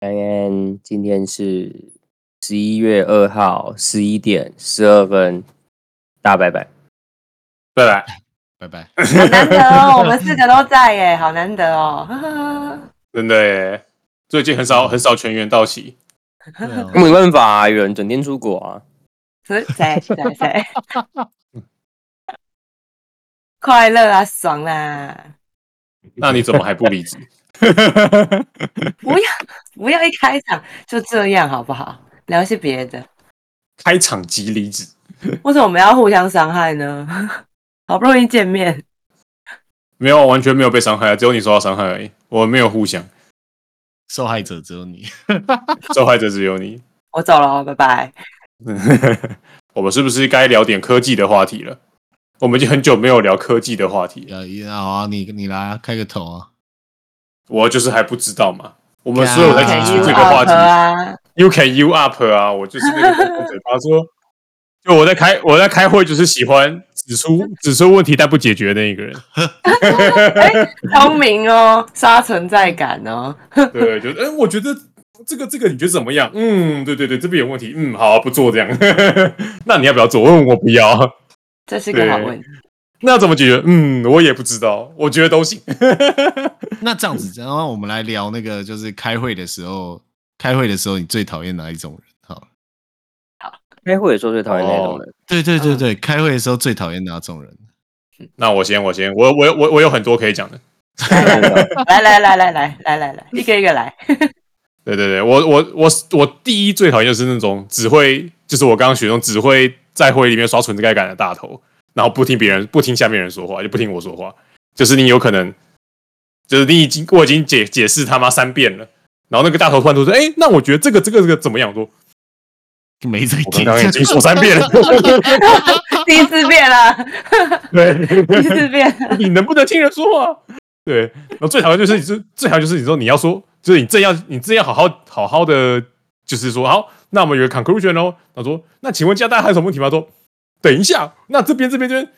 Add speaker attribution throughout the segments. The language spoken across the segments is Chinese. Speaker 1: 大家今天是十一月二号十一点十二分，大拜拜。
Speaker 2: 拜拜。
Speaker 3: 拜拜。
Speaker 4: 好难得哦，我们四个都在耶，好难得哦。呵呵
Speaker 2: 真的耶，最近很少很少全员到齐。
Speaker 3: 对啊
Speaker 1: 没办法、啊，有人整天出国啊。
Speaker 4: 谁谁谁谁，快乐啊，爽啦、
Speaker 2: 那你怎么还不离职？
Speaker 4: 不要不要一开场就这样好不好？聊些别的，
Speaker 2: 开场即离职，
Speaker 4: 为什么我们要互相伤害呢？好不容易见面，
Speaker 2: 没有，啊完全没有被伤害，只有你受到伤害而已。我们没有互 相，
Speaker 3: 受害者只有你。
Speaker 2: 受害者只有你。
Speaker 4: 我走了哦，拜拜。
Speaker 2: 我们是不是该聊点科技的话题了？我们已经很久没有聊科技的话题了。
Speaker 3: 要要好啊，你你来啊，开个头啊。
Speaker 2: 我就是还不知道嘛。我们
Speaker 3: 啊
Speaker 2: 所有
Speaker 3: 我
Speaker 2: 在
Speaker 3: 来
Speaker 2: 提
Speaker 4: Can
Speaker 2: 出这
Speaker 4: you
Speaker 2: 个话
Speaker 4: up
Speaker 2: 题
Speaker 4: 啊？
Speaker 2: ，You can you up 啊，我就是那个狗狗嘴巴说，就我在开我在开会，就是喜欢指出指出问题但不解决的那一个人。
Speaker 4: 聪明哦，刷存在感哦。
Speaker 2: 对，就是哎、我觉得这个这个你觉得怎么样？嗯，对对对，这边有问题，嗯，好、不做这样。 那你要不要做？嗯，我不要。
Speaker 4: 这是个好问题，
Speaker 2: 那要怎么解决？嗯，我也不知道，我觉得都行。
Speaker 3: 那这样子，然后我们来聊那个，就是开会的时候，开会的时候你最讨厌哪一种人？好了，
Speaker 1: 开会的时候最讨厌那种人，
Speaker 3: 对对对对，嗯开会的时候最讨厌哪种人？
Speaker 2: 那我先，我先，我我我我有很多可以讲的。
Speaker 1: 真的
Speaker 4: 来来来来来来来来，一个一个来。
Speaker 2: 对对对，我我我我第一最讨厌就是那种只会，就是我刚刚学那种只会在会里面刷存在感的大头，然后不听别人，不听下面人说话，就不听我说话。就是你有可能，就是你已经我已经解解释他妈三遍了，然后那个大头突然就说：“哎，那我觉得这个这个这个怎么样？”我说
Speaker 3: 没在：“
Speaker 2: 我刚
Speaker 3: 听，
Speaker 2: 刚已经说三 遍了。
Speaker 4: 第四遍了， 第
Speaker 2: 对，
Speaker 4: 四遍了，
Speaker 2: 你能不能听人说话？对，然后最讨厌就是，就是最讨厌就是你说你要说，就是你正要你正要好好好好的，就是说好，那我们有个 conclusion 哦。他说，那请问加大还有什么问题吗？他说，等一下，那这边这边这边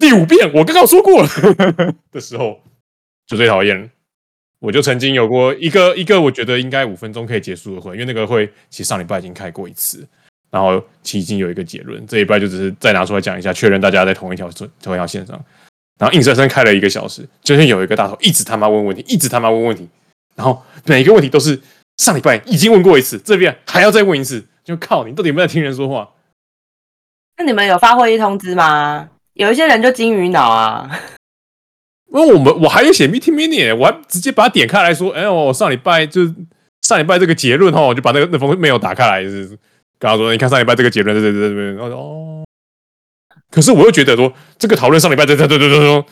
Speaker 2: 第五遍我刚刚说过了 的时候，就最讨厌了。我就曾经有过一个一个我觉得应该五分钟可以结束的会，因为那个会其实上礼拜已经开过一次，然后其实已经有一个结论，这一拜就只是再拿出来讲一下，确认大家在同一条同一条线上。然后硬生生开了一个小时，就是有一个大头一直他妈问问题，一直他妈问问题，然后每一个问题都是上礼拜已经问过一次，这边还要再问一次，就靠你到底有没有在听人说话？
Speaker 4: 那你们有发会议通知吗？有一些人就金鱼脑啊，
Speaker 2: 因为我们我还有写 meeting minute，我还直接把它点开来说，哎、我上礼拜就是上礼拜这个结论哈，我就把那个那封没有打开来，就是跟他说，你看上礼拜这个结论，对对对对对，然后就哦，可是我又觉得说这个讨论上礼拜对对对对对对，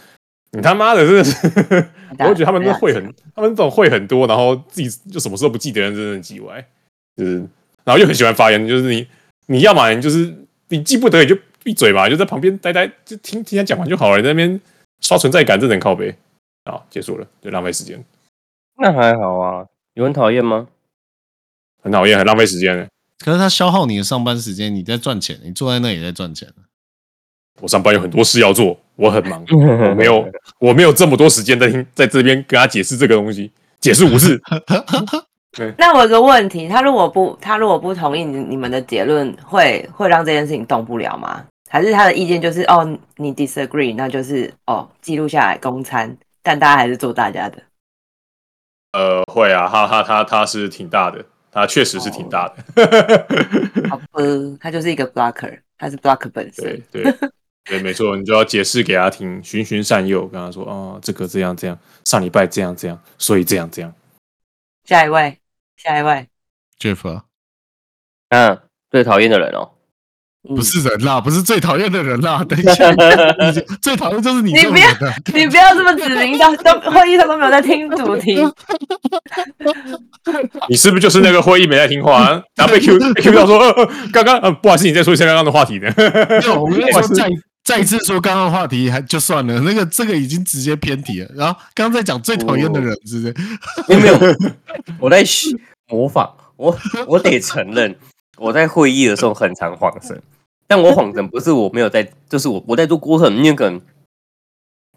Speaker 2: 你他妈的真的是。我会觉得他们那会很，他们这种会很多，然后自己就什么事都不记得的人，真的很叽歪。就是，然后又很喜欢发言，就是你，你要嘛你就是你记不得你就闭嘴嘛，就在旁边呆呆，就听听他讲完就好了。你在那边刷存在感，这能靠背好，结束了，就浪费时间，
Speaker 1: 那还好啊。有人讨厌吗？
Speaker 2: 很讨厌，很浪费时间的。
Speaker 3: 可是他消耗你的上班时间，你在赚钱，你坐在那里也在赚钱。
Speaker 2: 我上班有很多事要做，我很忙，
Speaker 1: 嗯
Speaker 2: 我没有，我没有这么多时间在听，在这边跟他解释这个东西，解释五次，
Speaker 4: 那我有个问题，他如果不他如果不同意你你们的结论，会会让这件事情动不了吗？还是他的意见就是哦，你 disagree，那就是哦，记录下来公餐，但大家还是做大家的。
Speaker 2: 呃，会啊，他他他他是挺大的，他确实是挺大的。
Speaker 4: 好吧，他就是一个 blocker，他是 blocker 本身
Speaker 2: 对。对对，没错，你就要解释给他听，循循善诱，跟他说哦，这个这样这样，上礼拜这样这样，所以这样这样。
Speaker 4: 下一位，下一位，
Speaker 3: Jeff 啊，
Speaker 1: 嗯，最讨厌的人哦，
Speaker 4: 嗯
Speaker 3: 不是人啦，不是最讨厌的人啦。等一 下，你这最讨厌就是你这种人啊。
Speaker 4: 你不要这么指名道，都会议上都没有在听主题，
Speaker 2: 你是不是就是那个会议没在听话、啊，然后被 Q 被 Q 到说，呃呃刚刚呃不好意思，你再说一下刚刚的话题呢？
Speaker 3: 没有，我跟你
Speaker 2: 我
Speaker 3: 说
Speaker 2: 是
Speaker 3: 再再一次说刚刚的话题还就算了，那个这个已经直接偏题了。然后刚刚在讲最讨厌
Speaker 4: 哦
Speaker 3: 的人，是不是？
Speaker 1: 没有没有，我在嘘模仿，我我得承认，我在会议的时候很常晃神，但我晃神不是我没有在，就是我我在做过程，你有可能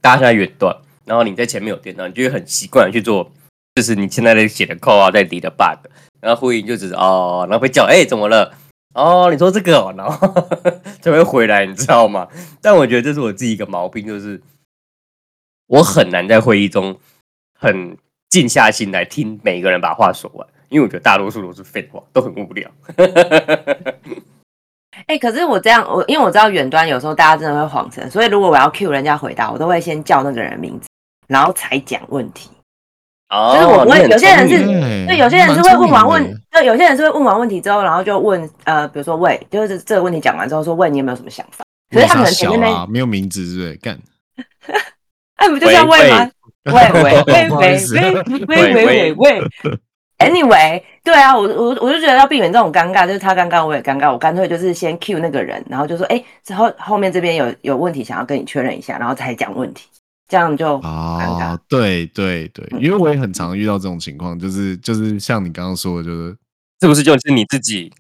Speaker 1: 大家在远端，然后你在前面有电脑，你就会很习惯地去做，就是你现在在写的 code 啊，在理的 bug，然后会议就只是哦，然后被叫哎、怎么了？哦，你说这个、哦，然后 就会回来，你知道吗？但我觉得这是我自己一个毛病，就是我很难在会议中很静下心来听每个人把话说完，因为我觉得大多数都是废话，都很无聊。
Speaker 4: 哎、可是我这样，我因为我知道远端有时候大家真的会晃神，所以如果我要 cue 人家回答，我都会先叫那个人的名字，然后才讲问题。
Speaker 1: 哦
Speaker 4: 就是我不会
Speaker 1: 你很
Speaker 4: 有些人
Speaker 1: 聪
Speaker 4: 是
Speaker 1: 明
Speaker 3: 对
Speaker 4: 对，有些人是会问
Speaker 3: 哎嗯蛮聪
Speaker 4: 完
Speaker 3: 明
Speaker 4: 问
Speaker 3: 的，
Speaker 4: 对，有些人是会问完问题之后，然后就问呃，比如说喂，就是这个问题讲完之后说喂，你有没有什么想法？可是他可能前
Speaker 3: 小
Speaker 4: 面那
Speaker 3: 啦，没有名字，是不是？干，
Speaker 4: 哎，不就像喂吗？喂喂喂喂
Speaker 3: 不好意思
Speaker 4: 喂喂喂喂喂。Anyway，对啊，我我我就觉得要避免这种尴尬，就是他尴尬我也尴尬，我干脆就是先 cue 那个人，然后就说，哎，之后后面这边有有问题想要跟你确认一下，然后才讲问题，这样就
Speaker 3: 啊，对对对，因为我也很常遇到这种情况，就是就是像你刚刚说的，就是
Speaker 1: 是不是就是你自己？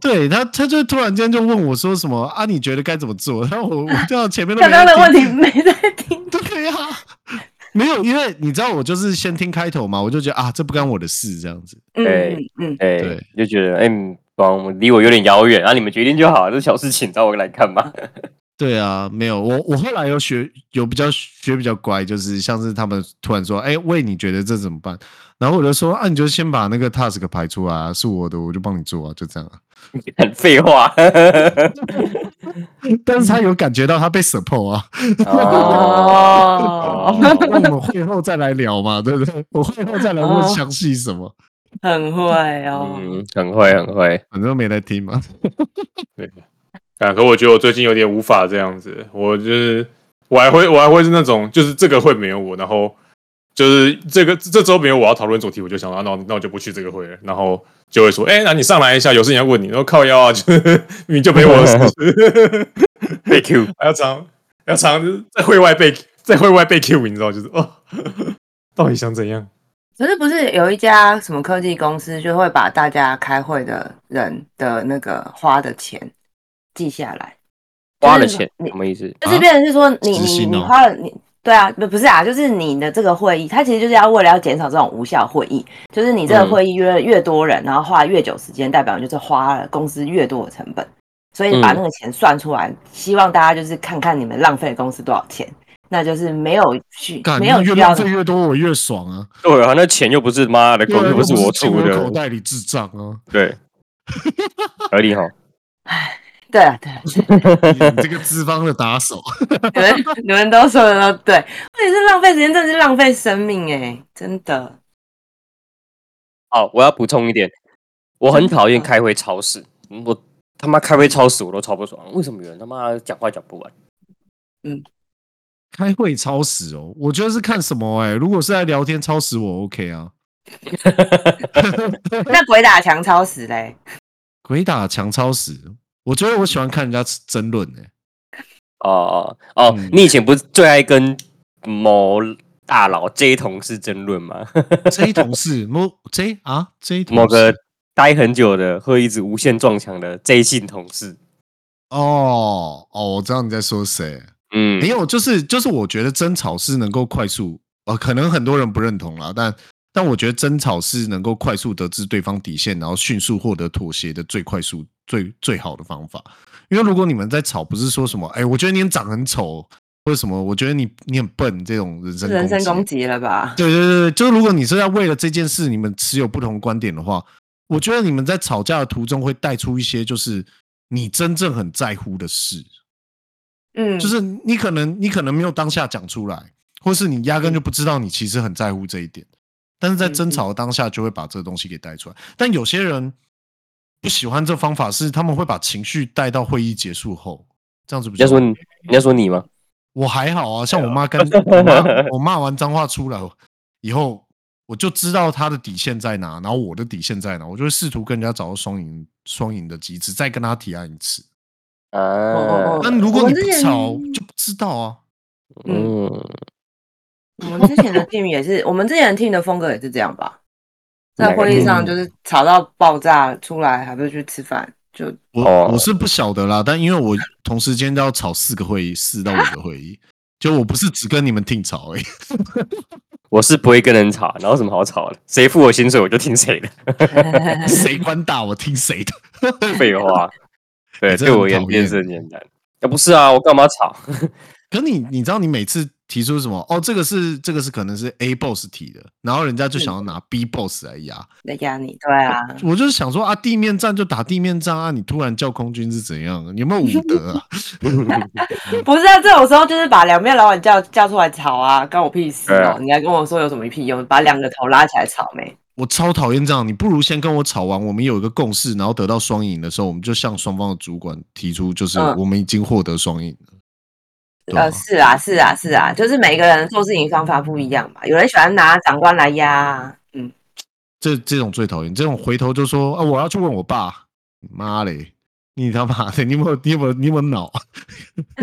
Speaker 3: 对他他就突然间就问我说什么啊？你觉得该怎么做？然后我我就前面都
Speaker 4: 刚刚的
Speaker 3: 没
Speaker 4: 问
Speaker 3: 听
Speaker 4: 题没在听。
Speaker 3: 对呀、没有，因为你知道我就是先听开头嘛，我就觉得啊，这不干我的事这样子。
Speaker 4: 嗯
Speaker 1: 对
Speaker 4: 嗯嗯，
Speaker 1: 哎、
Speaker 3: 对
Speaker 1: 就觉得哎，嗯帮我离我有点遥远，啊，你们决定就好，这小事情找我来干嘛？
Speaker 3: 对啊，没有我我后来有学有比较学比较乖，就是像是他们突然说，哎、喂，你觉得这怎么办？然后我就说啊，你就先把那个 task 排出来、啊，是我的，我就帮你做啊，就这样、 啊。
Speaker 1: 很废话。
Speaker 3: 但是他有感觉到他被 support 啊，
Speaker 4: 嗯
Speaker 1: 哦，
Speaker 4: 哦，
Speaker 3: 那我们会后再来聊嘛，对不对？我会后再来问
Speaker 4: 哦
Speaker 3: 详细什 么，
Speaker 4: 很会哦。
Speaker 1: 嗯，很会很会。
Speaker 3: 反正没在听嘛。
Speaker 2: 啊，可我觉得我最近有点无法这样子，我就是我还会我还会是那种，就是这个会没有我，然后就是这个这周没有我要讨论主题，我就想啊，那我那我就不去这个会了，然后就会说，哎、那你上来一下，有事情要问你，然后靠腰啊，就是 你就没我的事，
Speaker 1: 被 Q，
Speaker 2: 还要常要常在会外被在会外被 Q，你知道，就是哦，到底想怎样？
Speaker 4: 可是不是有一家什么科技公司就会把大家开会的人的那个花的钱记下来？
Speaker 1: 花了钱
Speaker 4: 你
Speaker 1: 什么意思？
Speaker 4: 就是变成是说你、
Speaker 3: 啊执
Speaker 4: 你
Speaker 3: 行哦
Speaker 4: 你花了你对啊，不不是啊，就是你的这个会议，它其实就是要为了要减少这种无效会议，就是你这个
Speaker 1: 嗯
Speaker 4: 会议越、越多人，然后花越久时间，代表你就是花了公司越多的成本，所以把
Speaker 1: 嗯
Speaker 4: 那个钱算出来，希望大家就是看看你们浪费公司多少钱，那就是没有去
Speaker 3: 干，
Speaker 4: 没有
Speaker 3: 越
Speaker 4: 需
Speaker 3: 浪
Speaker 4: 要
Speaker 3: 费越多，我越爽啊！
Speaker 1: 对啊，那钱又不是妈的，
Speaker 3: 对
Speaker 1: 狗
Speaker 3: 啊
Speaker 1: 又不是
Speaker 3: 又
Speaker 1: 我
Speaker 3: 进
Speaker 1: 出
Speaker 3: 我口
Speaker 1: 的，
Speaker 3: 袋里智障啊！
Speaker 1: 对，合理哈。
Speaker 4: 对啊对啊。
Speaker 3: 你这个资方的打手，
Speaker 4: 你们你们都说的都对，问题是浪费时间，真的是浪费生命哎、真的。
Speaker 1: 哦，我要补充一点，我很讨厌开会超时，嗯我他妈开会超时我都超不爽，为什么有人他妈讲话讲不完？
Speaker 3: 开会超时哦，我觉得是看什么哎、如果是在聊天超时，我 OK 啊。
Speaker 4: 那鬼打墙超时嘞，
Speaker 3: 鬼打墙超时，我觉得我喜欢看人家争论哎、
Speaker 1: 哦哦哦
Speaker 3: 嗯，
Speaker 1: 你以前不是最爱跟某大佬 J 同事争论吗？
Speaker 3: 这一同事某 J 啊 J 同事
Speaker 1: 某个待很久的会一直无限撞墙的 J 姓同事，
Speaker 3: 哦哦，我知道你在说谁，
Speaker 1: 嗯
Speaker 3: 没，有，就是就是，我觉得争吵是能够快速，呃，可能很多人不认同啦，但但我觉得争吵是能够快速得知对方底线，然后迅速获得妥协的最快速、最最好的方法。因为如果你们在吵，不是说什么，哎、我觉得你长很丑，或者什么，我觉得你你很笨这种人身
Speaker 4: 是人身攻
Speaker 3: 攻击。
Speaker 4: 击了吧？
Speaker 3: 对对对对，就是如果你是要为了这件事，你们持有不同观点的话，我觉得你们在吵架的途中会带出一些就是你真正很在乎的事。
Speaker 4: 嗯，
Speaker 3: 就是你可能你可能没有当下讲出来，或是你压根
Speaker 4: 嗯
Speaker 3: 就不知道你其实很在乎这一点，但是在争吵的当下就会把这个东西给带出来。但有些人不喜欢这方法是他们会把情绪带到会议结束后，这样子比
Speaker 1: 你要
Speaker 3: 较。
Speaker 1: 说你你要说你吗？
Speaker 3: 我还好啊，
Speaker 4: 哎
Speaker 3: 像我妈跟我妈，我骂完脏话出来以后，我就知道她的底线在哪，然后我的底线在哪，我就会试图跟人家找到双赢双赢的机制，再跟她提案一次。
Speaker 1: 啊，
Speaker 4: 哦哦
Speaker 3: 但如果
Speaker 4: 我
Speaker 3: 你
Speaker 4: 之
Speaker 3: 不
Speaker 4: 前
Speaker 3: 吵，就不知道啊。
Speaker 1: 嗯，
Speaker 4: 我们之前的 team 也是， 我们之前的 team 的风格也是这样吧，在会议上就是吵到爆炸，出来还不是去吃饭，就
Speaker 3: 我、
Speaker 1: 哦
Speaker 3: 我是不晓得啦，但因为我同时间要吵四个会议，四到五个会议，就我不是只跟你们听吵而已。
Speaker 1: 我是不会跟人吵，哪有什么好吵的？谁付我薪水我就听谁的，
Speaker 3: 谁官大我听谁的。
Speaker 1: 废话。对，
Speaker 3: 你真
Speaker 1: 对
Speaker 3: 的很
Speaker 1: 我而言
Speaker 3: 讨
Speaker 1: 这
Speaker 3: 厌
Speaker 1: 件事很简单。啊，不是啊，我干嘛吵？
Speaker 3: 可你你知道你每次提出什么？哦，这个是这个是可能是 A boss 提的，然后人家就想要拿 B boss 来压。
Speaker 4: 在压你。对啊，
Speaker 3: 我就是想说啊，地面战就打地面战啊，你突然叫空军是怎样？你有没有武德啊？
Speaker 4: 不是啊，这种时候就是把两边老板叫叫出来吵啊，关我屁事
Speaker 1: 对
Speaker 4: 哦、
Speaker 1: 啊
Speaker 4: 你来跟我说有什么屁用？把两个头拉起来吵没？
Speaker 3: 我超讨厌这样，你不如先跟我吵完，我们有一个共识，然后得到双赢的时候，我们就向双方的主管提出，就是
Speaker 4: 嗯
Speaker 3: 我们已经获得双赢了。对啊
Speaker 4: 呃，是啊，是啊，是啊，就是每个人做事情方法不一样嘛。有人喜欢拿长官来压、啊，嗯，
Speaker 3: 这这种最讨厌，这种回头就说啊，我要去问我爸，妈嘞，你他妈的，你有没有你有没有你有没有脑啊？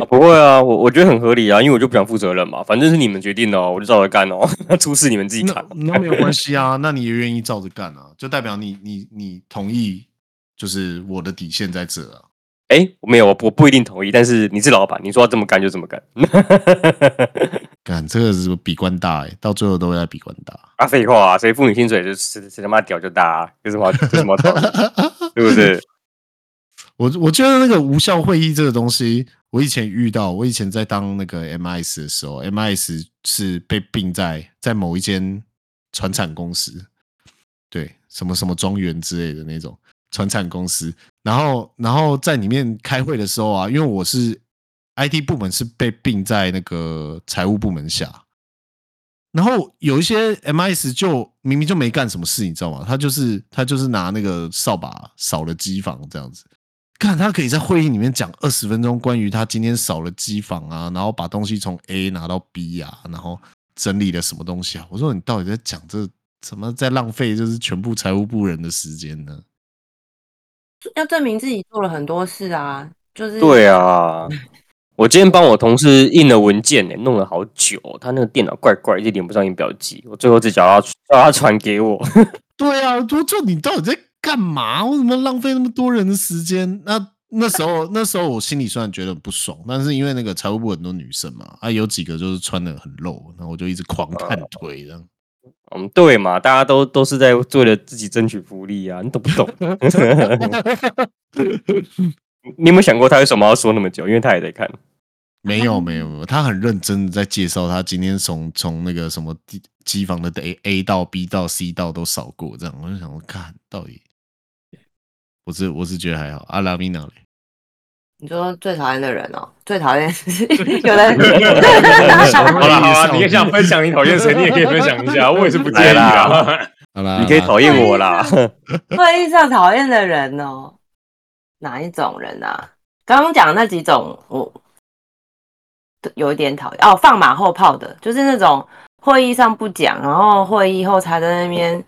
Speaker 1: 啊不会啊，我我觉得很合理啊，因为我就不想负责任嘛，反正是你们决定的、哦，我就照着干哦。 出事你们自己
Speaker 3: 那
Speaker 1: 扛。
Speaker 3: 那没有关系啊， 那你也愿意照着干啊，就代表你你你同意，就是我的底线在这啊。
Speaker 1: 哎、没有，我不我不一定同意，但是你是老板，你说要这么干就这么干。
Speaker 3: 干这个是比官大哎、到最后都会在比官大。
Speaker 1: 啊，废话、啊，谁付你薪水就谁谁他妈屌就大、啊，有什么好有什么好吵的，对不对？
Speaker 3: 我我觉得那个无效会议这个东西，我以前遇到，我以前在当那个 MIS 的时候，MIS 是被并在在某一间船产公司，对，什么什么庄园之类的那种船产公司。然后然后在里面开会的时候啊，因为我是 IT 部门是被并在那个财务部门下，然后有一些 MIS 就明明就没干什么事，你知道吗？他就是他就是拿那个扫把扫了机房这样子。看他可以在会议里面讲二十分钟关于他今天扫了机房啊，然后把东西从 A 拿到 B 啊，然后整理了什么东西啊？我说你到底在讲这怎么在浪费就是全部财务部人的时间呢？
Speaker 4: 要证明自己做了很多事啊，就是
Speaker 1: 对啊，我今天帮我同事印了文件呢、弄了好久，哦他那个电脑怪怪，一直连不上印表机，我最后只叫他叫他传给我。
Speaker 3: 对啊，我说你到底在干嘛？为什么浪费那么多人的时间？那那时候 那时候我心里虽然觉得很不爽，但是因为那个财务部很多女生嘛，啊有几个就是穿的很露，然后我就一直狂看腿这样。
Speaker 1: 嗯，对嘛，大家都都是在为了自己争取福利啊，你懂不懂？ 你有没有想过他为什么要说那么久？因为他也在看。
Speaker 3: 没有没有没有，他很认真的在介绍他今天从从那个什么地机房的 A A 到 B 到 C 到都扫过，这样我就想说，看到底，我是我是觉得还好。阿拉米娜嘞，
Speaker 4: 你说最讨厌的人哦，最讨厌 有
Speaker 2: 好
Speaker 4: 人
Speaker 2: 了好了，你也想分享你讨厌谁，你也可以分享一下，我也是不介意啊啦。
Speaker 3: 好啦，
Speaker 1: 你可以
Speaker 3: 好啦
Speaker 1: 讨厌我啦，
Speaker 4: 会议上讨厌的人哦，哪一种人啊？刚刚讲的那几种，我都有一点讨厌哦，放马后炮的，就是那种会议上不讲，然后会议后才在那边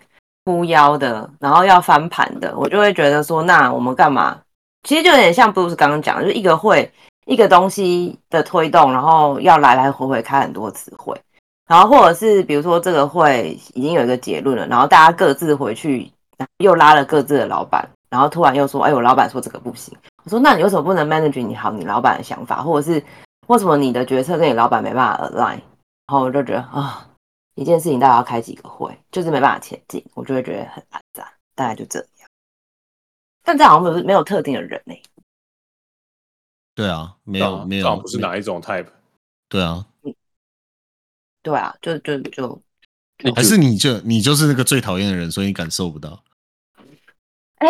Speaker 4: 哭腰的，然后要翻盘的，我就会觉得说，那我们干嘛？其实就有点像 Bruce 刚刚讲的，就是一个会一个东西的推动，然后要来来回回开很多次会。然后或者是比如说这个会已经有一个结论了，然后大家各自回去，然后又拉了各自的老板，然后突然又说，哎，我老板说这个不行。我说，那你为什么不能 manage 你好你老板的想法，或者是为什么你的决策跟你老板没办法 align？然后我就觉得啊、一件事情到底要开几个会，就是没办法前进，我就会觉得很难杂，大概就这样。但这好像不是没有特定的人欸呢、
Speaker 3: 对啊，没
Speaker 2: 没
Speaker 3: 有没有，
Speaker 2: 不是哪一种 type。
Speaker 3: 对啊，
Speaker 4: 对啊，就就就，
Speaker 3: 还是你就你就是那个最讨厌的人，所以你感受不到。
Speaker 4: 哎、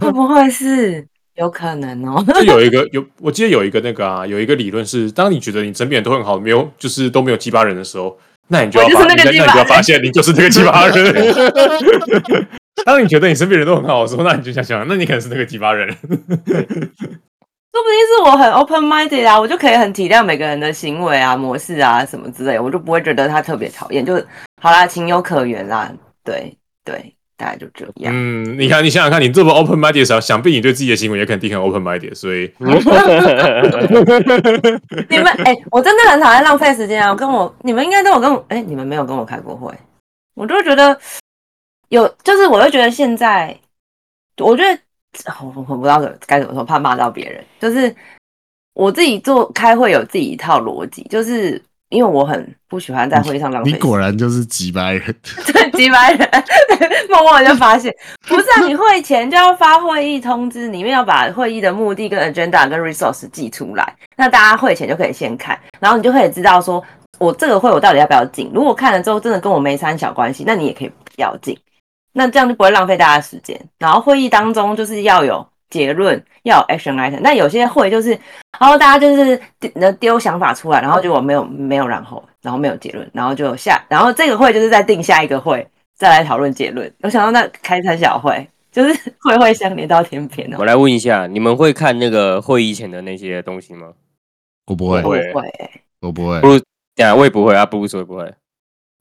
Speaker 4: 会不会是有可能哦？
Speaker 2: 就有一个有，我记得有一个那个啊，有一个理论是，当你觉得你整边都很好，没有就是都没有鸡巴人的时候，那你就要
Speaker 4: 我就是
Speaker 2: 发，
Speaker 4: 那个
Speaker 2: 你
Speaker 4: 鸡
Speaker 2: 那
Speaker 4: 巴
Speaker 2: 你就要
Speaker 4: 人
Speaker 2: 发现你就是这个鸡巴人。当你觉得你身边人都很好的时候，那你就想想，那你可能是那个激发人。
Speaker 4: 说不定是我很 open minded 啊，我就可以很体谅每个人的行为啊、模式啊什么之类，我就不会觉得他特别讨厌，就好啦，情有可原啦。对对，大概就这样。
Speaker 2: 嗯，你看，你想想看，你这么 open minded 的时候，想必你对自己的行为也肯定很 open minded，所以
Speaker 4: 你们哎、我真的很讨厌浪费时间啊！我跟我你们应该都有跟我哎、你们没有跟我开过会，我就会觉得有，就是我会觉得现在，我觉得哦我我我不知道该怎么说，怕骂到别人。就是我自己做开会有自己一套逻辑，就是因为我很不喜欢在会议上浪费
Speaker 3: 你
Speaker 4: 时间。
Speaker 3: 果然就是几百人，
Speaker 4: 对，几百人，默默就发现，不是啊，你会前就要发会议通知，里面要把会议的目的跟 agenda 跟 resource 寄出来，那大家会前就可以先看，然后你就可以知道说我这个会我到底要不要进，如果看了之后真的跟我没三小关系，那你也可以不要进，那这样就不会浪费大家时间。然后会议当中就是要有结论，要有 action item，那有些会就是然后大家就是丢丢想法出来，然后结果没有没有然后，然后没有结论，然后就下，然后这个会就是再定下一个会，再来讨论结论。我想到那开三小会，就是 会会相连到天边哦
Speaker 1: 我。来问一下，你们会看那个会议前的那些东西吗？
Speaker 3: 我不会
Speaker 2: 我，会
Speaker 4: 会，
Speaker 3: 我不会
Speaker 1: 不。对啊，我也不会啊，布鲁斯也不会，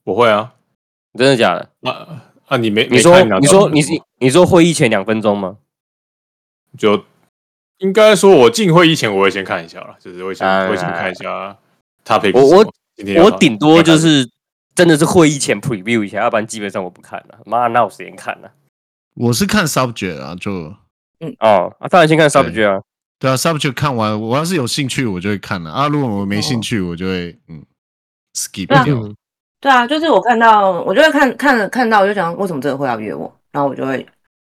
Speaker 2: 我会啊。
Speaker 1: 真的假的？
Speaker 2: 啊啊，你没
Speaker 1: 你
Speaker 2: 没
Speaker 1: 说
Speaker 2: 看
Speaker 1: 你说你你你说会议前两分钟吗？
Speaker 2: 就应该说，我进会议前我会先看一下了，就是我会先、
Speaker 1: 啊
Speaker 2: 我会先看一下 topic
Speaker 1: 我
Speaker 2: 是什么
Speaker 1: 我
Speaker 2: 今天要
Speaker 1: 我
Speaker 2: 讨
Speaker 1: 顶多
Speaker 2: 要
Speaker 1: 就
Speaker 2: 看
Speaker 1: 是真的是会议前 preview 一下，要不然基本上我不看了。妈，哪有时间看呢、
Speaker 3: 我是看 subject 啊，就
Speaker 1: 哦，啊，当然先看 subject 啊。
Speaker 3: 对啊，subject 看完，我要是有兴趣我就会看了啊，如果我没兴趣我就会嗯 skip
Speaker 4: 那
Speaker 3: 掉。
Speaker 4: 对啊，就是我看到，我就会看看了看到，我就想为什么这个会要约我，然后我就会，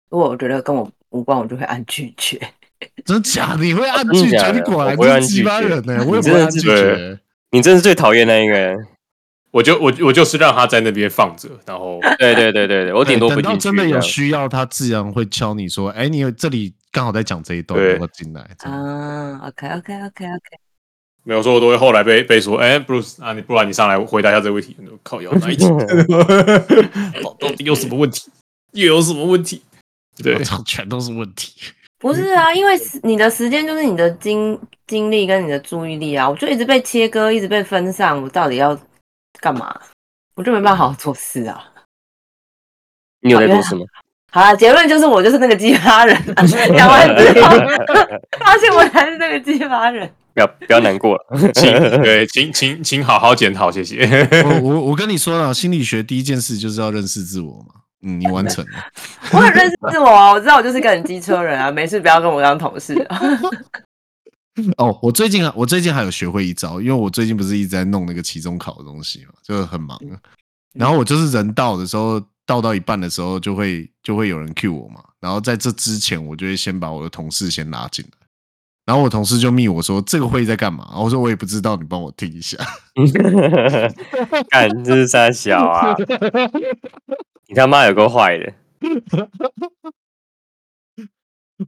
Speaker 4: 如果我觉得跟我无关，我就会按拒绝。
Speaker 3: 真假？你会按
Speaker 1: 真的
Speaker 3: 拒绝？
Speaker 1: 假的
Speaker 3: 你果然
Speaker 1: 我不会按
Speaker 3: 是几百
Speaker 1: 拒绝
Speaker 3: 人呢，我也
Speaker 1: 你
Speaker 3: 不
Speaker 1: 真
Speaker 3: 会
Speaker 1: 的
Speaker 3: 按拒
Speaker 1: 是
Speaker 3: 绝。哎
Speaker 1: 你真是最讨厌那一个人。
Speaker 2: 我就我我就是让他在那边放着，然后
Speaker 1: 对对对对对，我顶多
Speaker 3: 对
Speaker 1: 不
Speaker 3: 等
Speaker 1: 进
Speaker 3: 到
Speaker 1: 去。
Speaker 3: 真的
Speaker 1: 这
Speaker 3: 有
Speaker 1: 样
Speaker 3: 需要，他自然会敲你说：“哎，你有这里刚好在讲这一段，
Speaker 2: 对
Speaker 3: 要不要进来？”这样
Speaker 4: 啊，OK OK OK OK，
Speaker 2: 没有说，我都会后来被被说，哎、b r u c e 啊，你不然你上来回答一下这个问题，我就靠摇哪 一题？ 到底有什么问题？又有什么问题？对
Speaker 1: 哦
Speaker 3: 我，操，全都是问题。
Speaker 4: 不是啊，因为时你的时间就是你的精精力跟你的注意力啊，我就一直被切割，一直被分散，我到底要干嘛？我就没办法好好做事啊。
Speaker 1: 你有在做什么？
Speaker 4: 好了，结论就是我就是那个激发人、啊。讲完之后，发现我才是那个激发人。
Speaker 1: 不要不要难过 了。
Speaker 2: 请对，请请请好好检讨，谢谢。
Speaker 3: 我我我跟你说了，心理学第一件事就是要认识自我嘛。嗯，你完成了。
Speaker 4: 我很认识自我啊，我知道我就是个很机车人啊，没事不要跟我当同事啊。
Speaker 3: 哦，我最近啊，我最近还有学会一招，因为我最近不是一直在弄那个期中考的东西嘛，就是很
Speaker 2: 嗯
Speaker 3: 忙啊。然后我就是人到的时候，到到一半的时候就会就会有人 cue 我嘛，然后在这之前，我就会先把我的同事先拉进来。然后我同事就密我说这个会议在干嘛？然后我说我也不知道，你帮我听一下。
Speaker 1: 干，这是三小啊！你他妈有够坏的。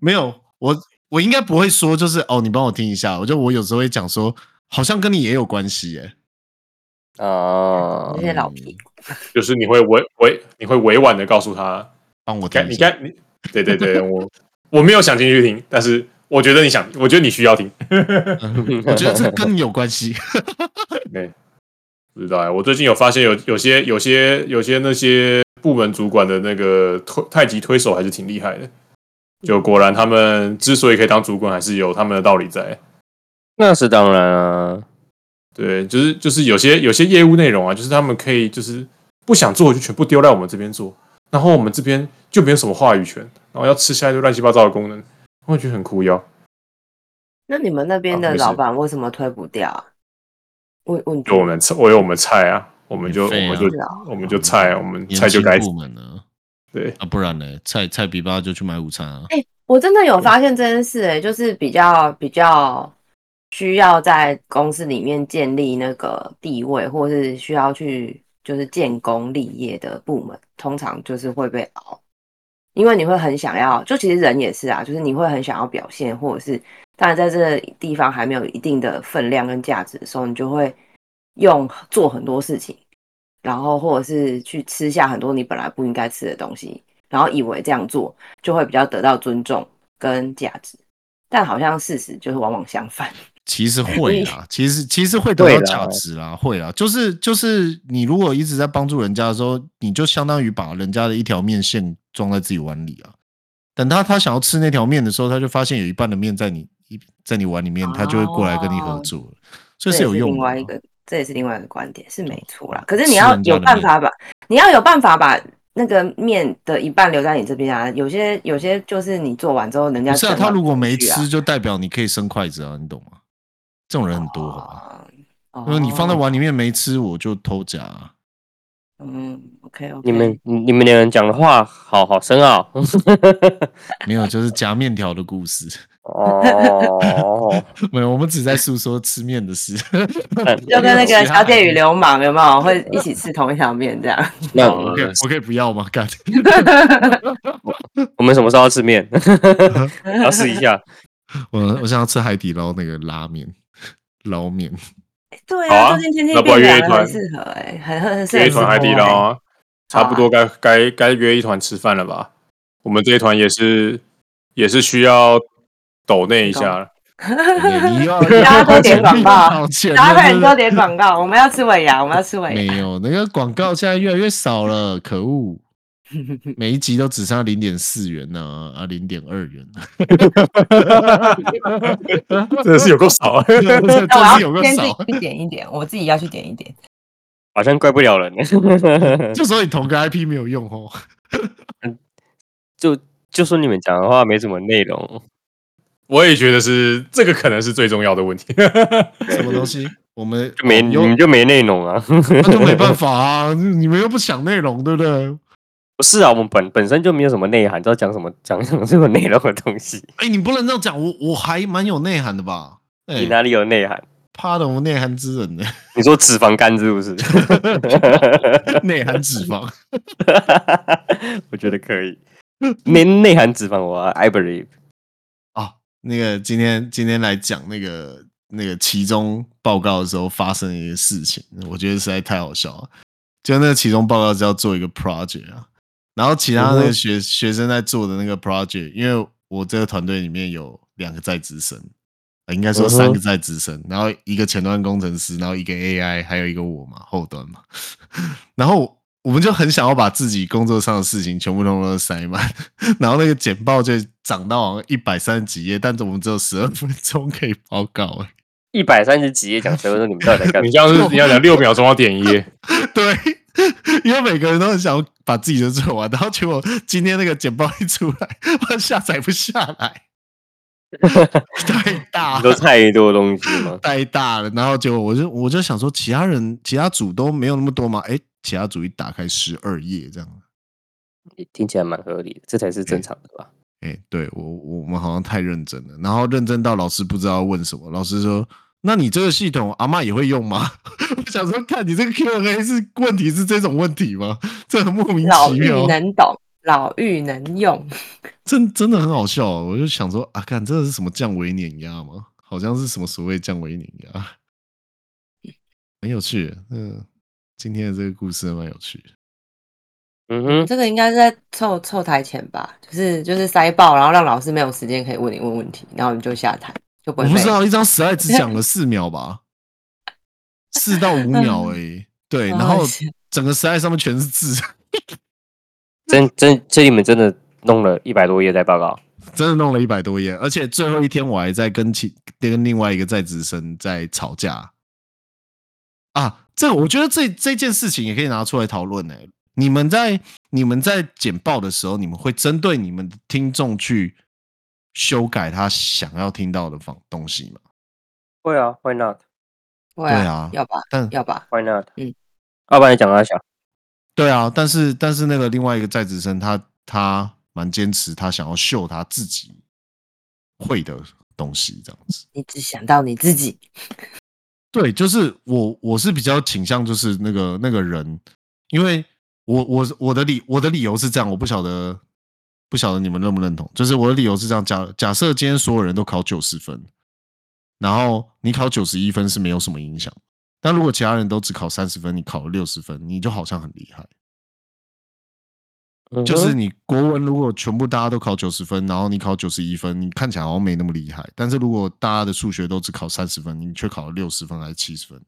Speaker 3: 没有，我我应该不会说，就是哦，你帮我听一下。我就我有时候会讲说，好像跟你也有关系耶。
Speaker 1: 哦
Speaker 4: 这，些老屁股，
Speaker 2: 就是你会委委，你会委婉的告诉他，
Speaker 3: 帮我
Speaker 2: 该
Speaker 3: 听一
Speaker 2: 你
Speaker 3: 下。
Speaker 2: 该你，对对 对，我我没有想进去听，但是我觉得你想，我觉得你需要听。
Speaker 3: 我觉得这跟你有关系。
Speaker 2: 不知道哎、我最近有发现有有些有些有些那些部门主管的那个推太极推手还是挺厉害的，就果然他们之所以可以当主管，还是有他们的道理在。
Speaker 1: 那是当然啊。
Speaker 2: 对，就是就是有些有些业务内容啊，就是他们可以就是不想做就全部丢在我们这边做，然后我们这边就没有什么话语权，然后要吃下一堆乱七八糟的功能，我觉得很哭腰。
Speaker 4: 那你们那边的
Speaker 2: 啊没事
Speaker 4: 老板为什么推不掉啊？问问题
Speaker 2: 有我们菜，我有我们菜啊，嗯我们就、
Speaker 3: 免费
Speaker 2: 我
Speaker 3: 啊
Speaker 2: 们就
Speaker 4: 知 道
Speaker 2: 我们就菜，啊我们
Speaker 3: 年
Speaker 2: 菜就
Speaker 3: 轻
Speaker 2: 该
Speaker 3: 部门呢？
Speaker 2: 对
Speaker 3: 啊，不然呢？菜菜比巴就去买午餐啊。
Speaker 4: 我真的有发现这件事、欸，就是比较比较需要在公司里面建立那个地位，或是需要去就是建功立业的部门，通常就是会被熬，因为你会很想要，就其实人也是啊，就是你会很想要表现，或者是当然在这个地方还没有一定的分量跟价值的时候，你就会用做很多事情，然后或者是去吃下很多你本来不应该吃的东西，然后以为这样做就会比较得到尊重跟价值，但好像事实就是往往相反。
Speaker 3: 其实会啦，其实其实会得
Speaker 1: 会
Speaker 3: 到
Speaker 1: 啦
Speaker 3: 价值啦，会啦，就是就是你如果一直在帮助人家的时候，你就相当于把人家的一条面线装在自己碗里啊。等他他想要吃那条面的时候，他就发现有一半的面在你一在你碗里面，他就会过来跟你合作了，所以
Speaker 4: 这
Speaker 3: 是
Speaker 4: 也
Speaker 3: 有用的啊。
Speaker 4: 另外一个，这也是另外一个观点，是没错啦。可是
Speaker 3: 吃
Speaker 4: 你要
Speaker 3: 人家
Speaker 4: 有
Speaker 3: 的
Speaker 4: 办
Speaker 3: 面
Speaker 4: 法把，你要有办法把那个面的一半留在你这边啊。有些有些就是你做完之后，人家
Speaker 3: 不是啊，
Speaker 4: 整碗
Speaker 3: 他如果没
Speaker 4: 去啊
Speaker 3: 吃，就代表你可以伸筷子啊，你懂吗？这种人很多，好吧？
Speaker 4: 啊，
Speaker 3: 因为你放在
Speaker 4: 哦
Speaker 3: 碗里面没吃，我就偷夹啊、
Speaker 4: 嗯，OK OK，
Speaker 1: 你们你你们两人讲的话好好深奥
Speaker 3: 没有，就是夹面条的故事。
Speaker 1: 哦，
Speaker 3: 没有，我们只在诉说吃面的事。
Speaker 4: 就跟那个
Speaker 3: 其他
Speaker 4: 小姐与流氓有没 有会一起吃同一条面这
Speaker 3: 啊
Speaker 4: 样？
Speaker 1: 那
Speaker 3: 我可以我可以不要吗？ 干，
Speaker 1: 我们什么时候要 吃面？要试一下。
Speaker 3: 我我想要吃海底捞那个拉 面，捞面。
Speaker 4: 对
Speaker 2: 好
Speaker 4: 啊，
Speaker 2: 啊
Speaker 4: 最近天气
Speaker 2: 那不然
Speaker 4: 变
Speaker 2: 约一
Speaker 4: 凉了，很
Speaker 2: 团
Speaker 4: 适合哎，很很很适合
Speaker 2: 约一团
Speaker 4: 吃
Speaker 2: 海底
Speaker 4: 播
Speaker 2: 捞
Speaker 4: 欸
Speaker 2: 啊，差不多该该该约一团吃饭了吧？我们这一团也是也是需要抖那一下，
Speaker 3: 你要
Speaker 4: 大家多点广告
Speaker 3: 道歉
Speaker 4: 然后快点多点广告，我们要吃尾牙，我们要吃尾
Speaker 3: 没
Speaker 4: 牙。
Speaker 3: 有那个广告现在越来越少了，可 恶！每一集都只剩下零点四元呢、啊，零点二 元、啊，
Speaker 2: 真的是有够少。啊
Speaker 3: 这
Speaker 4: 那我
Speaker 3: 真
Speaker 4: 要
Speaker 3: 是有个
Speaker 4: 先自
Speaker 3: 少。
Speaker 4: 己去点一点，我自己要去点一 点。
Speaker 1: 好像怪不了人，
Speaker 4: 呃
Speaker 3: 就说你同个 IP 没有用 哦。
Speaker 1: 就就说你们讲的话没什么内容，
Speaker 2: 我也觉得是这个，可能是最重要的问题。
Speaker 3: 什么东西？我 们
Speaker 1: 就没
Speaker 3: 哦
Speaker 1: 你
Speaker 3: 有
Speaker 4: 嗯
Speaker 1: 们就没内容啊。
Speaker 3: 那就没办法啊，你们又不想内容，对不对？
Speaker 1: 不是啊，我们本本身就没有什么内涵，知道讲什么讲什么这种内容的东西，
Speaker 3: 哎、你不能这样讲，我我还蛮有内涵的吧？哎、
Speaker 1: 你哪里有内涵？
Speaker 3: 趴的我内涵之人呢，
Speaker 1: 你说脂肪肝是不 是？
Speaker 3: 内涵脂肪。
Speaker 1: 我觉得可以，内内涵脂肪我 I believe。
Speaker 3: 哦，那个今天今天来讲那个那个其中报告的时候发生的一个事情，我觉得实在太好笑了。就那个其中报告是要做一个 project 啊，然后其他那个学、学生在做的那个 project，因为我这个团队里面有两个在职生，呃应该说三个在职生，然后一个前端工程师，然后一个 AI，还有一个我嘛，后端嘛。 然后我们就很想要把自己工作上的事情全部通通都塞满，然后那个简报就涨到好像一百三十几页，但是我们只有十二分钟可以报告、欸。
Speaker 1: 一百三十几页讲十分钟，你们到 底在干
Speaker 2: 你
Speaker 1: 嘛？
Speaker 2: 像是你要讲六秒钟要点一页，
Speaker 3: 对，因为每个人都很想要把自己的做完，然后结果今天那个简报一出来，我下载不下 来，太大
Speaker 1: 你都
Speaker 3: 了。
Speaker 1: 太多东西吗？
Speaker 3: 太大了，然后结果我就我就想说，其他人其他组都没有那么多嘛，哎，其他组一打开十二页这样，
Speaker 1: 听起来蛮合理的，这才是正常的吧？
Speaker 3: 哎、对我我我们好像太认真了，然后认真到老师不知道问什么，老师说：“那你这个系统阿嬷也会用吗？” 我想说，看你这个 Q&A 是问题是这种问题吗？ 这很莫名
Speaker 4: 老
Speaker 3: 其
Speaker 4: 妪
Speaker 3: 妙，
Speaker 4: 能懂，老妪能用，
Speaker 3: 真真的很好笑、哦。我就想说啊，看这是什么降维碾压吗？好像是什么所谓降维碾压， 很有趣。嗯，今天的这个故事还蛮有趣的。
Speaker 1: 嗯哼，
Speaker 4: 这个应该是在凑凑台前吧，就是就是塞爆，然后让老师没有时间可以问你问问题，然后你就下台，就不
Speaker 3: 我
Speaker 4: 会
Speaker 3: 不
Speaker 4: 被
Speaker 3: 知道，一张十二只讲了四秒吧，四到五秒而已。对，
Speaker 4: 好
Speaker 3: 然
Speaker 4: 好
Speaker 3: 后
Speaker 4: 笑
Speaker 3: 整个十二上面全是字，
Speaker 1: 真真这你们真的弄了一百多页在报告，
Speaker 3: 真的弄了一百多页。而且最后一天我还在跟其跟另外一个在职生在吵架啊。这我觉得这这件事情也可以拿出来讨论呢。欸你们在你们在简报的时候，你们会针对你们的听众去修改他想要听到的方东西吗？
Speaker 1: 会啊，Why not？Why
Speaker 4: 会
Speaker 3: 对啊
Speaker 4: 要吧，
Speaker 3: 但
Speaker 4: 要吧，
Speaker 1: not？啊
Speaker 4: 嗯，
Speaker 1: 要不然你讲他小，
Speaker 3: 对啊，但是但是那个另外一个在职生他，他蛮坚持，他想要秀他自己会的东西，这样子。
Speaker 4: 你只想到你自己，
Speaker 3: 对，就是我我是比较倾向就是那个那个人，因为我我我的理我的理由是这样，我不晓得不晓得你们认不认同，就是我的理由是这样，假假设今天所有人都考九十分，然后你考九十一分是没有什么影响，但如果其他人都只考三十分，你考了六十分，你就好像很厉害。就是你国文如果全部大家都考九十分，然后你考九十一分，你看起来好像没那么厉害。但是如果大家的数学都只考三十分，你却考了六十分还是七十分，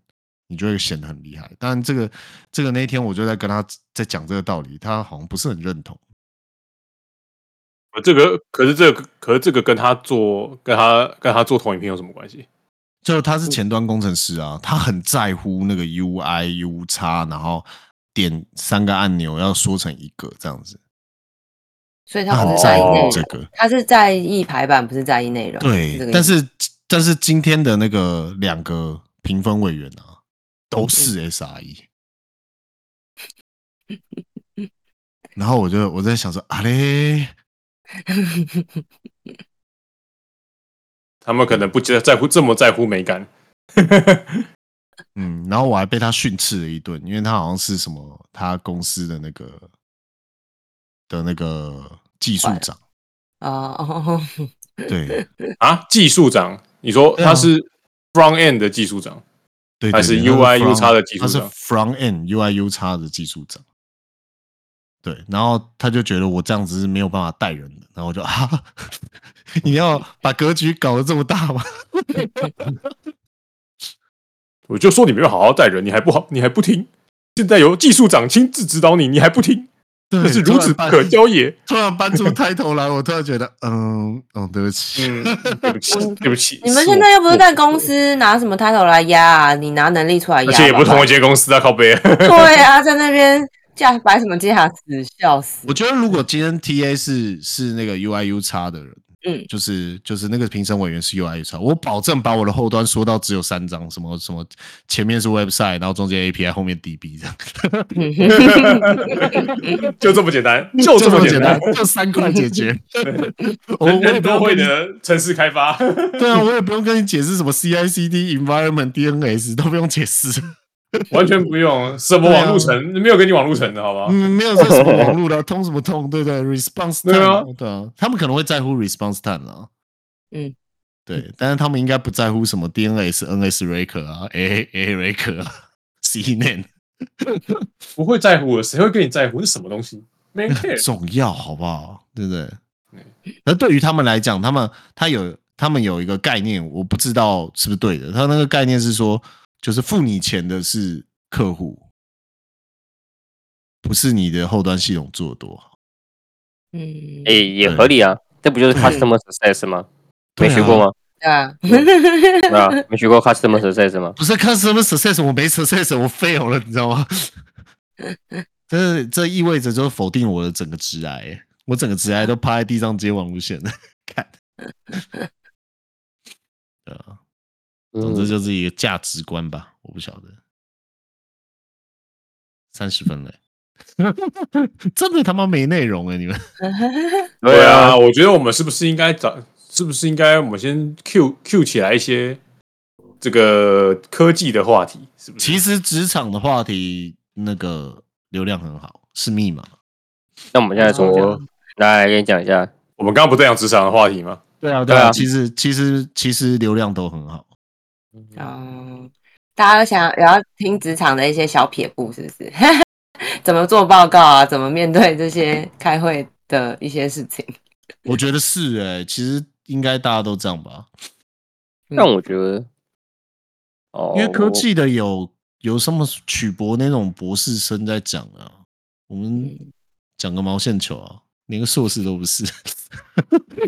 Speaker 3: 你就会显得很厉害。但这个这个那一天我就在跟他在讲这个道理，他好像不是很认同。
Speaker 2: 这个可是这个可是这个跟他做跟他跟他做投影片有什么关系？
Speaker 3: 就他是前端工程师啊，他很在乎那个 UI、U 叉，然后点三个按钮要缩成一个这样子，
Speaker 4: 所以
Speaker 3: 他
Speaker 4: 他不
Speaker 3: 很
Speaker 4: 是
Speaker 3: 在
Speaker 4: 在意内
Speaker 3: 乎
Speaker 4: 容，
Speaker 3: 哦这个。
Speaker 4: 他是在意排版，不是在意内容。这
Speaker 3: 对，
Speaker 4: 个
Speaker 3: 但
Speaker 4: 意思
Speaker 3: 是但是今天的那个两个评分委员啊，都
Speaker 4: 嗯
Speaker 3: 是 E SRE。然后我就我在想说，啊嘞，
Speaker 2: 他们可能不在在乎这么在乎美感，
Speaker 3: 嗯，然后我还被他训斥了一顿，因为他好像是什么他公司的那个的那个技术长，
Speaker 4: 哦 哦，
Speaker 3: 对
Speaker 2: 啊，技术长，你说
Speaker 3: 对啊
Speaker 2: 他是 front end 的技术长，
Speaker 3: 对，
Speaker 2: 还
Speaker 3: 对
Speaker 2: 是
Speaker 3: 对他
Speaker 2: UI
Speaker 3: front-
Speaker 2: UX 的技术
Speaker 3: 他是
Speaker 2: 长
Speaker 3: front end UI U 叉的技术长。对，然后他就觉得我这样子是没有办法带人的，然后我就 啊，你要把格局搞得这么大吗？
Speaker 2: 我就说你没有好好带人，你还不好，你还不听。现在由技术长亲自指导你，你还不听，
Speaker 3: 对，
Speaker 2: 真是如此
Speaker 3: 突然搬
Speaker 2: 不可。教也。
Speaker 3: 突然搬出抬头来，我突然觉得，嗯，哦，对不起，
Speaker 2: 嗯，对不起，对不起。
Speaker 4: 你们
Speaker 2: 是我
Speaker 4: 现在又不是在公，司拿什么 title 来压啊？你拿能力出来压
Speaker 2: 而
Speaker 4: 吧，
Speaker 2: 且也不是同一间公司啊，靠 背。
Speaker 4: 对啊，在那边架摆什么架子，笑死
Speaker 3: 我！觉得如果今天 T A 是是那个 U I U 叉的人，
Speaker 4: 嗯
Speaker 3: 就是就是那个评审委员是 U I U 叉，我保证把我的后端缩到只有三张，什么什么前面是 website，然后中间 A P I，后面 D B 这样。
Speaker 2: 就这么简单，就这么简单。，
Speaker 3: 就三块解 决。我我
Speaker 2: 人
Speaker 3: 也
Speaker 2: 人
Speaker 3: 不
Speaker 2: 都
Speaker 3: 用
Speaker 2: 会
Speaker 3: 跟你，
Speaker 2: 的城市开发，
Speaker 3: 对啊，我也不用跟你解释什么 CICD、environment、DNS 都不用解释，
Speaker 2: 完全不用什么网路程，没有给你网路程的好不好？
Speaker 3: 啊 嗯，没有说什么网络的通什么通，对不对？response
Speaker 2: 对啊
Speaker 3: time，对啊，他们可能会在乎 response time 啊，
Speaker 4: 嗯，
Speaker 3: 对，但是他们应该不在乎什么 DNS、NS rake 啊、A A rake 啊、CNAME
Speaker 2: 不会在乎的，谁会跟你在乎？是什么东西 ？Man
Speaker 3: 很
Speaker 2: care，
Speaker 3: 重要，好不好？对不对？那对于他们来讲，他们他有他们有一个概念，我不知道是不是对的。他那个概念是说，就是付你钱的是客户，不是你的后端系统做得多好。
Speaker 4: 嗯，
Speaker 1: 哎、也合理啊，这不就是 customer success 吗？没学过吗？
Speaker 4: 对啊，
Speaker 2: 哎
Speaker 1: 啊，没学过 customer success 吗？
Speaker 3: 不是 customer success，我没 success，我 fail 了，你知道吗？ 这这意味着就是否定我的整个职癌，我整个职癌都趴在地上接网路线了。 看，对啊。 总之
Speaker 1: 嗯，
Speaker 3: 就是一个价值观吧，我不晓得。三十分嘞， 真的他妈没内容哎、你们
Speaker 2: 对啊，，我觉得我们是不是应该找？是不是应该我们先 Q Q 起来一些这个科技的话题？是不是？
Speaker 3: 其实职场的话题那个流量很好，是密码。
Speaker 1: 那我们现在重
Speaker 4: 哦
Speaker 1: 讲，来给你讲一下，
Speaker 2: 我们刚刚不在讲职场的话题吗？
Speaker 3: 对啊，
Speaker 1: 对啊
Speaker 3: 其实其实其实流量都很好。
Speaker 4: 嗯，大家都想也要听职场的一些小撇步，是不是？ 怎么做报告啊？怎么面对这些开会的一些事情？
Speaker 3: 我觉得是哎、其实应该大家都这样吧，
Speaker 1: 但我觉得，哦，
Speaker 3: 因为科技的有有什么曲博那种博士生在讲啊，我们
Speaker 1: 嗯
Speaker 3: 讲个毛线球啊，连个硕士都不是。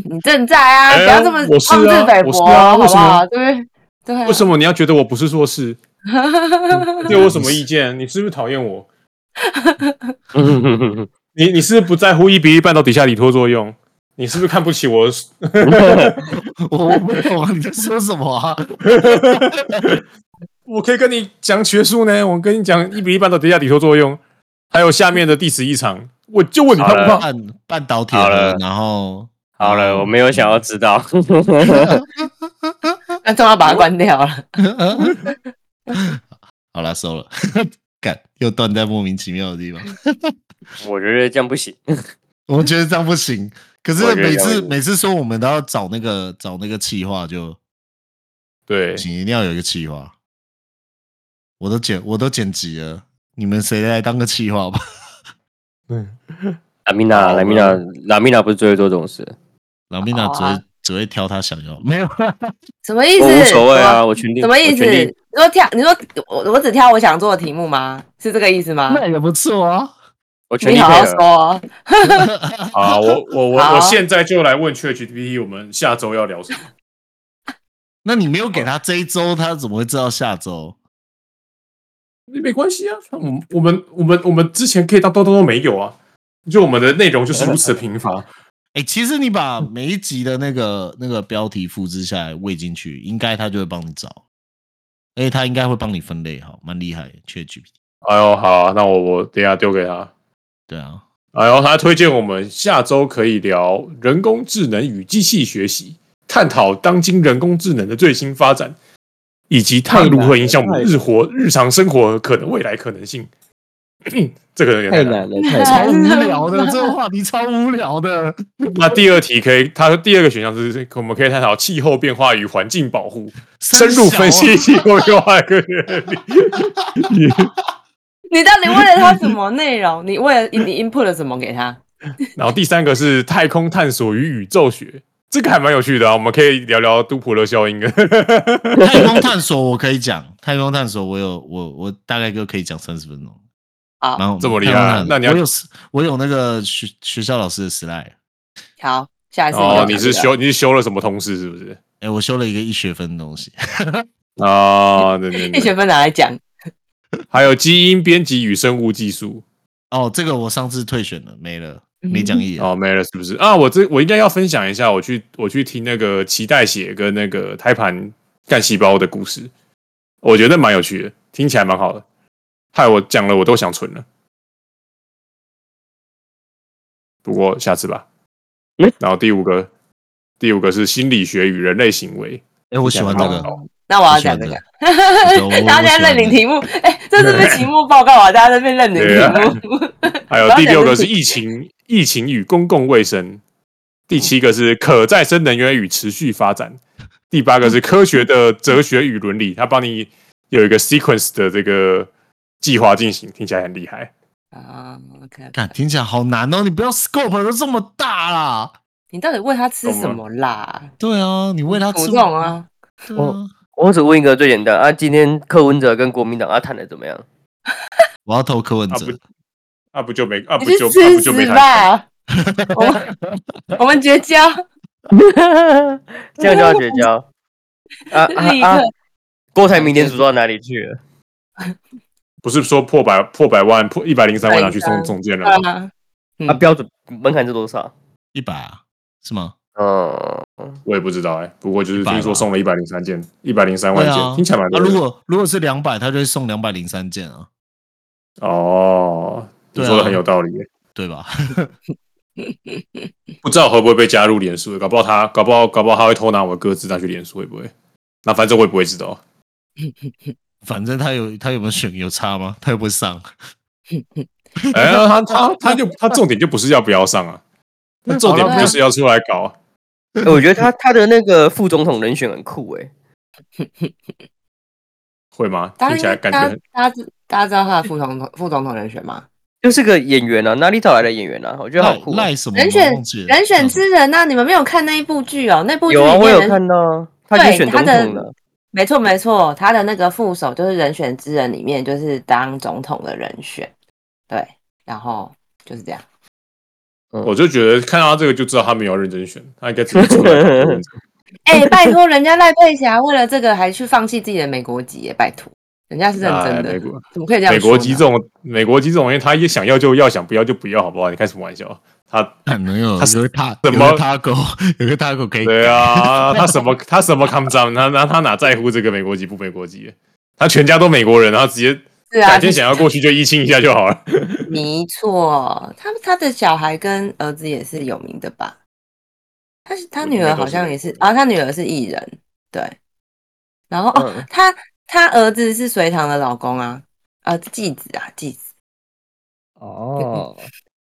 Speaker 4: 你正在啊，
Speaker 2: 哎
Speaker 4: 不要这么
Speaker 2: 我是啊
Speaker 4: 妄自菲
Speaker 2: 我
Speaker 4: 薄，
Speaker 2: 是啊
Speaker 4: 好不
Speaker 2: 为什
Speaker 4: 好？
Speaker 2: 么
Speaker 4: 对不对？对啊，
Speaker 2: 为什么你要觉得我不是硕 士？你对我什么意见？你是不是讨厌我？
Speaker 1: 我，
Speaker 2: 你你是不是不在乎一比一半到底下里托作用？你是不是看不起我？
Speaker 3: 我我不懂啊，你在说什么 啊？
Speaker 2: 我可以跟你讲学术呢，我跟你讲一比一半到底下里托作用，还有下面的第十一场，我就问你怕不
Speaker 1: 好
Speaker 2: 怕？
Speaker 3: 半半导体的
Speaker 1: 哦好了
Speaker 3: 然后
Speaker 1: 好了，我没有想要知道，
Speaker 4: 那正要把它关掉了。
Speaker 3: 好了，收了。 干，又断在莫名其妙的地方。
Speaker 1: 我觉得这样不行。
Speaker 3: 我觉得这样不行。可
Speaker 1: 我
Speaker 3: 是
Speaker 1: 觉得
Speaker 3: 每
Speaker 1: 这
Speaker 3: 次
Speaker 1: 样不行
Speaker 3: 每次说我们都要找那个找那个企划就
Speaker 2: 对
Speaker 3: 不，行，一定要有一个企划。我都剪我都剪辑了，你们谁来当个企划吧？
Speaker 2: 嗯，
Speaker 1: 拉米娜，
Speaker 4: 哦
Speaker 1: 拉米娜，拉米娜不是最会做这种事，
Speaker 3: 老米娜只
Speaker 4: 好
Speaker 3: 会
Speaker 4: 啊
Speaker 3: 只会挑她想要，没有
Speaker 4: 什么意思？
Speaker 1: 我无所谓
Speaker 4: 什
Speaker 1: 啊，
Speaker 4: 么。
Speaker 1: 我全力，
Speaker 4: 什么意
Speaker 1: 我
Speaker 4: 思？
Speaker 1: 全力
Speaker 4: 你说挑，你说我我只挑我想做的题目吗？是这个意思吗？
Speaker 3: 也不错啊。
Speaker 1: 我全
Speaker 4: 你
Speaker 1: 力
Speaker 4: 好
Speaker 1: 配
Speaker 4: 好
Speaker 1: 合
Speaker 4: 说。哦。
Speaker 2: 好啊，我我我
Speaker 4: 好
Speaker 2: 我现在就来问 ChatGPT，我们下周要聊什么？
Speaker 3: 那你没有给她这一周，她怎么会知道下周？
Speaker 2: 没关系啊，我们我们我们我们之前可以当都都都没有啊，就我们的内容就是如此的贫乏。
Speaker 3: 哎、其实你把每一集的那个那个标题复制下来喂进去，应该他就会帮你找，而且他应该会帮你分类好，蛮厉害的。缺 GPT，
Speaker 2: 哎呦，好、啊，那我我等一下丢给他。
Speaker 3: 对啊，
Speaker 2: 哎呦，他推荐我们下周可以聊人工智能与机器学习，探讨当今人工智能的最新发展，以及它如何影响我们日活日常生活可能未来可能性。 这个有点
Speaker 1: 太
Speaker 2: 难。
Speaker 1: 难了，太难 了。
Speaker 3: 超无聊 的，这个话题超无聊 的。
Speaker 2: 那第二题可以，它第二个选项是我们可以探讨气候变化与环境保护，深入
Speaker 3: 啊
Speaker 2: 分啊析气候变化跟原理。
Speaker 4: 你到底为了他什么内容？你为了你 input 了什么给他？
Speaker 2: 然后第三个是太空探索与宇宙学，这个还蛮有趣的啊，我们可以聊聊杜普勒效应的。
Speaker 3: 太空探索我可以讲，太空探索我有我我大概就可以讲三十分钟。
Speaker 4: 好
Speaker 3: 然后
Speaker 2: 这么厉害那你要
Speaker 3: 我有我有那个学学校老师的 slide，
Speaker 4: 好，下一次
Speaker 2: 哦
Speaker 4: 就，
Speaker 2: 你是修你是修了什么通识是不是？
Speaker 3: 哎、我修了一个一学分的东西。
Speaker 2: 啊，对对
Speaker 4: 一学
Speaker 2: 对，
Speaker 4: 分拿来讲。
Speaker 2: 还有基因编辑与生物技术
Speaker 3: 哦，这个我上次退选了，没了，没讲义了。
Speaker 2: 哦，没了是不是？啊，我这我应该要分享一下，我去我去听那个脐带血跟那个胎盘干细胞的故事，我觉得蛮有趣的，听起来蛮好的，害我讲了我都想存了。不过下次吧
Speaker 1: 嗯。
Speaker 2: 然后第五个，第五个是心理学与人类行为，
Speaker 3: 哎、我喜欢这个，
Speaker 2: 好
Speaker 4: 那我
Speaker 3: 我
Speaker 4: 要
Speaker 3: 喜
Speaker 4: 讲
Speaker 3: 欢
Speaker 4: 这
Speaker 3: 这
Speaker 4: 个
Speaker 3: 个。。
Speaker 4: 大家在认领题目，哎、这是不是期末报告啊？大家在那 边认领题目。
Speaker 2: 还 有啊哎第六个是疫情，疫情与公共卫生；第七个是可再生能源与持续发展；第八个是科学的哲学与伦理，它帮你有一个 sequence 的这个计划进行，听起来很厉害。
Speaker 4: 啊，OK，
Speaker 3: 看听起来好难哦，你不要 scope 都这么大啦。
Speaker 4: 你到底喂他吃什么啦？
Speaker 3: 对啊，你喂他
Speaker 4: 不
Speaker 3: 吃
Speaker 4: 用，啊，
Speaker 3: 对啊
Speaker 1: 我我只问一个最简单啊，今天柯文哲跟国民党啊谈的怎么样？
Speaker 3: 我要投柯文
Speaker 2: 啊
Speaker 3: 哲
Speaker 2: 不，啊不就没啊
Speaker 4: 你
Speaker 2: 不
Speaker 4: 去
Speaker 2: 就啊
Speaker 4: 吃
Speaker 2: 不就没
Speaker 4: 屎
Speaker 2: 谈？啊
Speaker 4: 吧！ 我们我们绝 交，
Speaker 1: 这样就要绝交 啊
Speaker 4: 立
Speaker 1: 啊啊
Speaker 4: 刻！
Speaker 1: 郭台铭连署到哪里去了？
Speaker 2: 不是说破百破百万破一百零三万拿去
Speaker 4: 103
Speaker 2: 送中箭了吗？
Speaker 4: 啊！
Speaker 1: 啊，
Speaker 4: 嗯
Speaker 1: 标准门槛是多少？
Speaker 3: 一百啊，是吗？
Speaker 1: 嗯，
Speaker 2: 我也不知道哎、不过就
Speaker 3: 100
Speaker 2: 是听说
Speaker 3: 吧
Speaker 2: 送了一百零三件，一百零三
Speaker 3: 对
Speaker 2: 万件，
Speaker 3: 啊，
Speaker 2: 听起来蛮
Speaker 3: 啊。
Speaker 2: 多的。
Speaker 3: 如果如果是两百，他就会送两百零三件啊，
Speaker 2: 哦，你
Speaker 3: 对啊
Speaker 2: 说的很有道理耶、
Speaker 3: 对吧？
Speaker 2: 不知道会不会被加入脸书，搞不好他，搞不好，搞不好他会偷拿我的歌词再去脸书，会不会？那反正我也不会知道。
Speaker 3: 反正他有他有没有选有差吗？他又不会上，
Speaker 2: 哎、他他他就他重点就不是要不要上啊，他重点不就是要出来搞啊？
Speaker 1: 欸我觉得他他的那个副总统人选很酷诶、
Speaker 2: 会吗？
Speaker 4: 大
Speaker 2: 听起
Speaker 4: 家
Speaker 2: 来
Speaker 4: 大
Speaker 2: 感觉
Speaker 4: 家
Speaker 2: 很
Speaker 4: 大家知大家知道他的副总统副总统人选吗？
Speaker 1: 就是个演员啊，哪里找来的演员啊？我觉得好
Speaker 3: 赖
Speaker 1: 酷哦、
Speaker 3: 赖什么？
Speaker 4: 人
Speaker 3: 忘记
Speaker 4: 选
Speaker 3: 了嗯
Speaker 4: 人选
Speaker 3: 叫
Speaker 2: 嗯
Speaker 3: 什么
Speaker 4: 之人啊！你们没有看那一部剧哦？那部剧
Speaker 1: 有啊，
Speaker 4: 里
Speaker 1: 我
Speaker 4: 面
Speaker 1: 有
Speaker 4: 人
Speaker 1: 看到啊，他已经选
Speaker 4: 对他
Speaker 1: 总
Speaker 4: 的
Speaker 1: 统了。
Speaker 4: 没错没错，他的那个副手就是《人选之人》里面就是当总统的人选，对，然后就是这样。
Speaker 2: 我就觉得看到他这个就知道他没有认真选，他应该自己出来搞认真。
Speaker 4: 哎、拜托，人家赖佩霞为了这个还去放弃自己的美国籍耶，拜托，人家是认真的，
Speaker 2: 哎美国
Speaker 4: 怎么可以这样
Speaker 2: 美
Speaker 4: 说呢？
Speaker 2: 国籍这种美国籍这种东西，他也想要就要，想不要就不要，好不好？你开什么玩笑？他
Speaker 3: 看能有
Speaker 2: 他是
Speaker 3: 有个他
Speaker 2: 怎
Speaker 3: 有
Speaker 2: 么
Speaker 3: 个他狗有个他狗可以
Speaker 2: 对啊，他什么他什么 come down，他他他哪在乎这个美国籍不美国籍？他全家都美国人，然后直接
Speaker 4: 是啊，
Speaker 2: 改天想要过去就一清一下就好 了。
Speaker 4: 没错，他他的小孩跟儿子也是有名的吧？他是他
Speaker 3: 嗯
Speaker 2: 我
Speaker 4: 女
Speaker 2: 应该
Speaker 4: 儿
Speaker 2: 都
Speaker 4: 好
Speaker 2: 是
Speaker 4: 像也是啊，他女儿是艺人，对。然后哦，
Speaker 1: 嗯，
Speaker 4: 他他儿子是隋唐的老公啊，啊继子啊继子，
Speaker 1: 哦，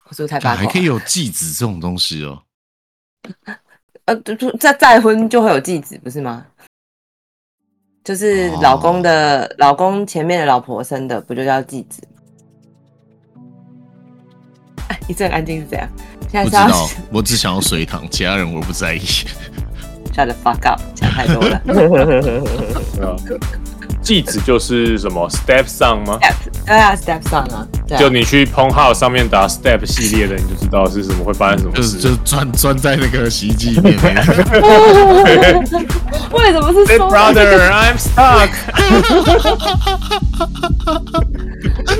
Speaker 4: 我是不是太
Speaker 3: 干
Speaker 4: 八卦
Speaker 3: 还
Speaker 4: 了？
Speaker 3: 可以有继子这种东西 哦。
Speaker 4: 呃，就就再再婚就会有继子，不是吗？就是老公的、
Speaker 3: 哦
Speaker 4: 老 公前面的老婆生的，不就叫继子？哎，一阵安静是怎样？现在
Speaker 3: 不
Speaker 4: 是
Speaker 3: 知
Speaker 4: 要
Speaker 3: 道，我只想要水塘，其他人我不在 意。
Speaker 4: shut the fuck up，讲太多了。
Speaker 2: 对啊，继子就是什么 Step 上吗？
Speaker 4: step 对啊，step son 啊，对啊
Speaker 2: 就你 去 p o n h u b 上面打 Step 系列的，你就知道是什么会发生什么
Speaker 3: 就是
Speaker 2: 事。
Speaker 3: 就是钻钻在那个洗衣机里面，没人
Speaker 4: 为什么是
Speaker 2: Big
Speaker 4: 说那个
Speaker 2: Brother，I'm stuck。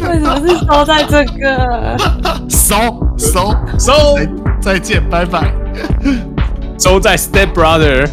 Speaker 4: 为什么是收在这个？
Speaker 3: 收收，
Speaker 2: So
Speaker 3: 再再见，拜拜。
Speaker 2: 周在 Step Brother。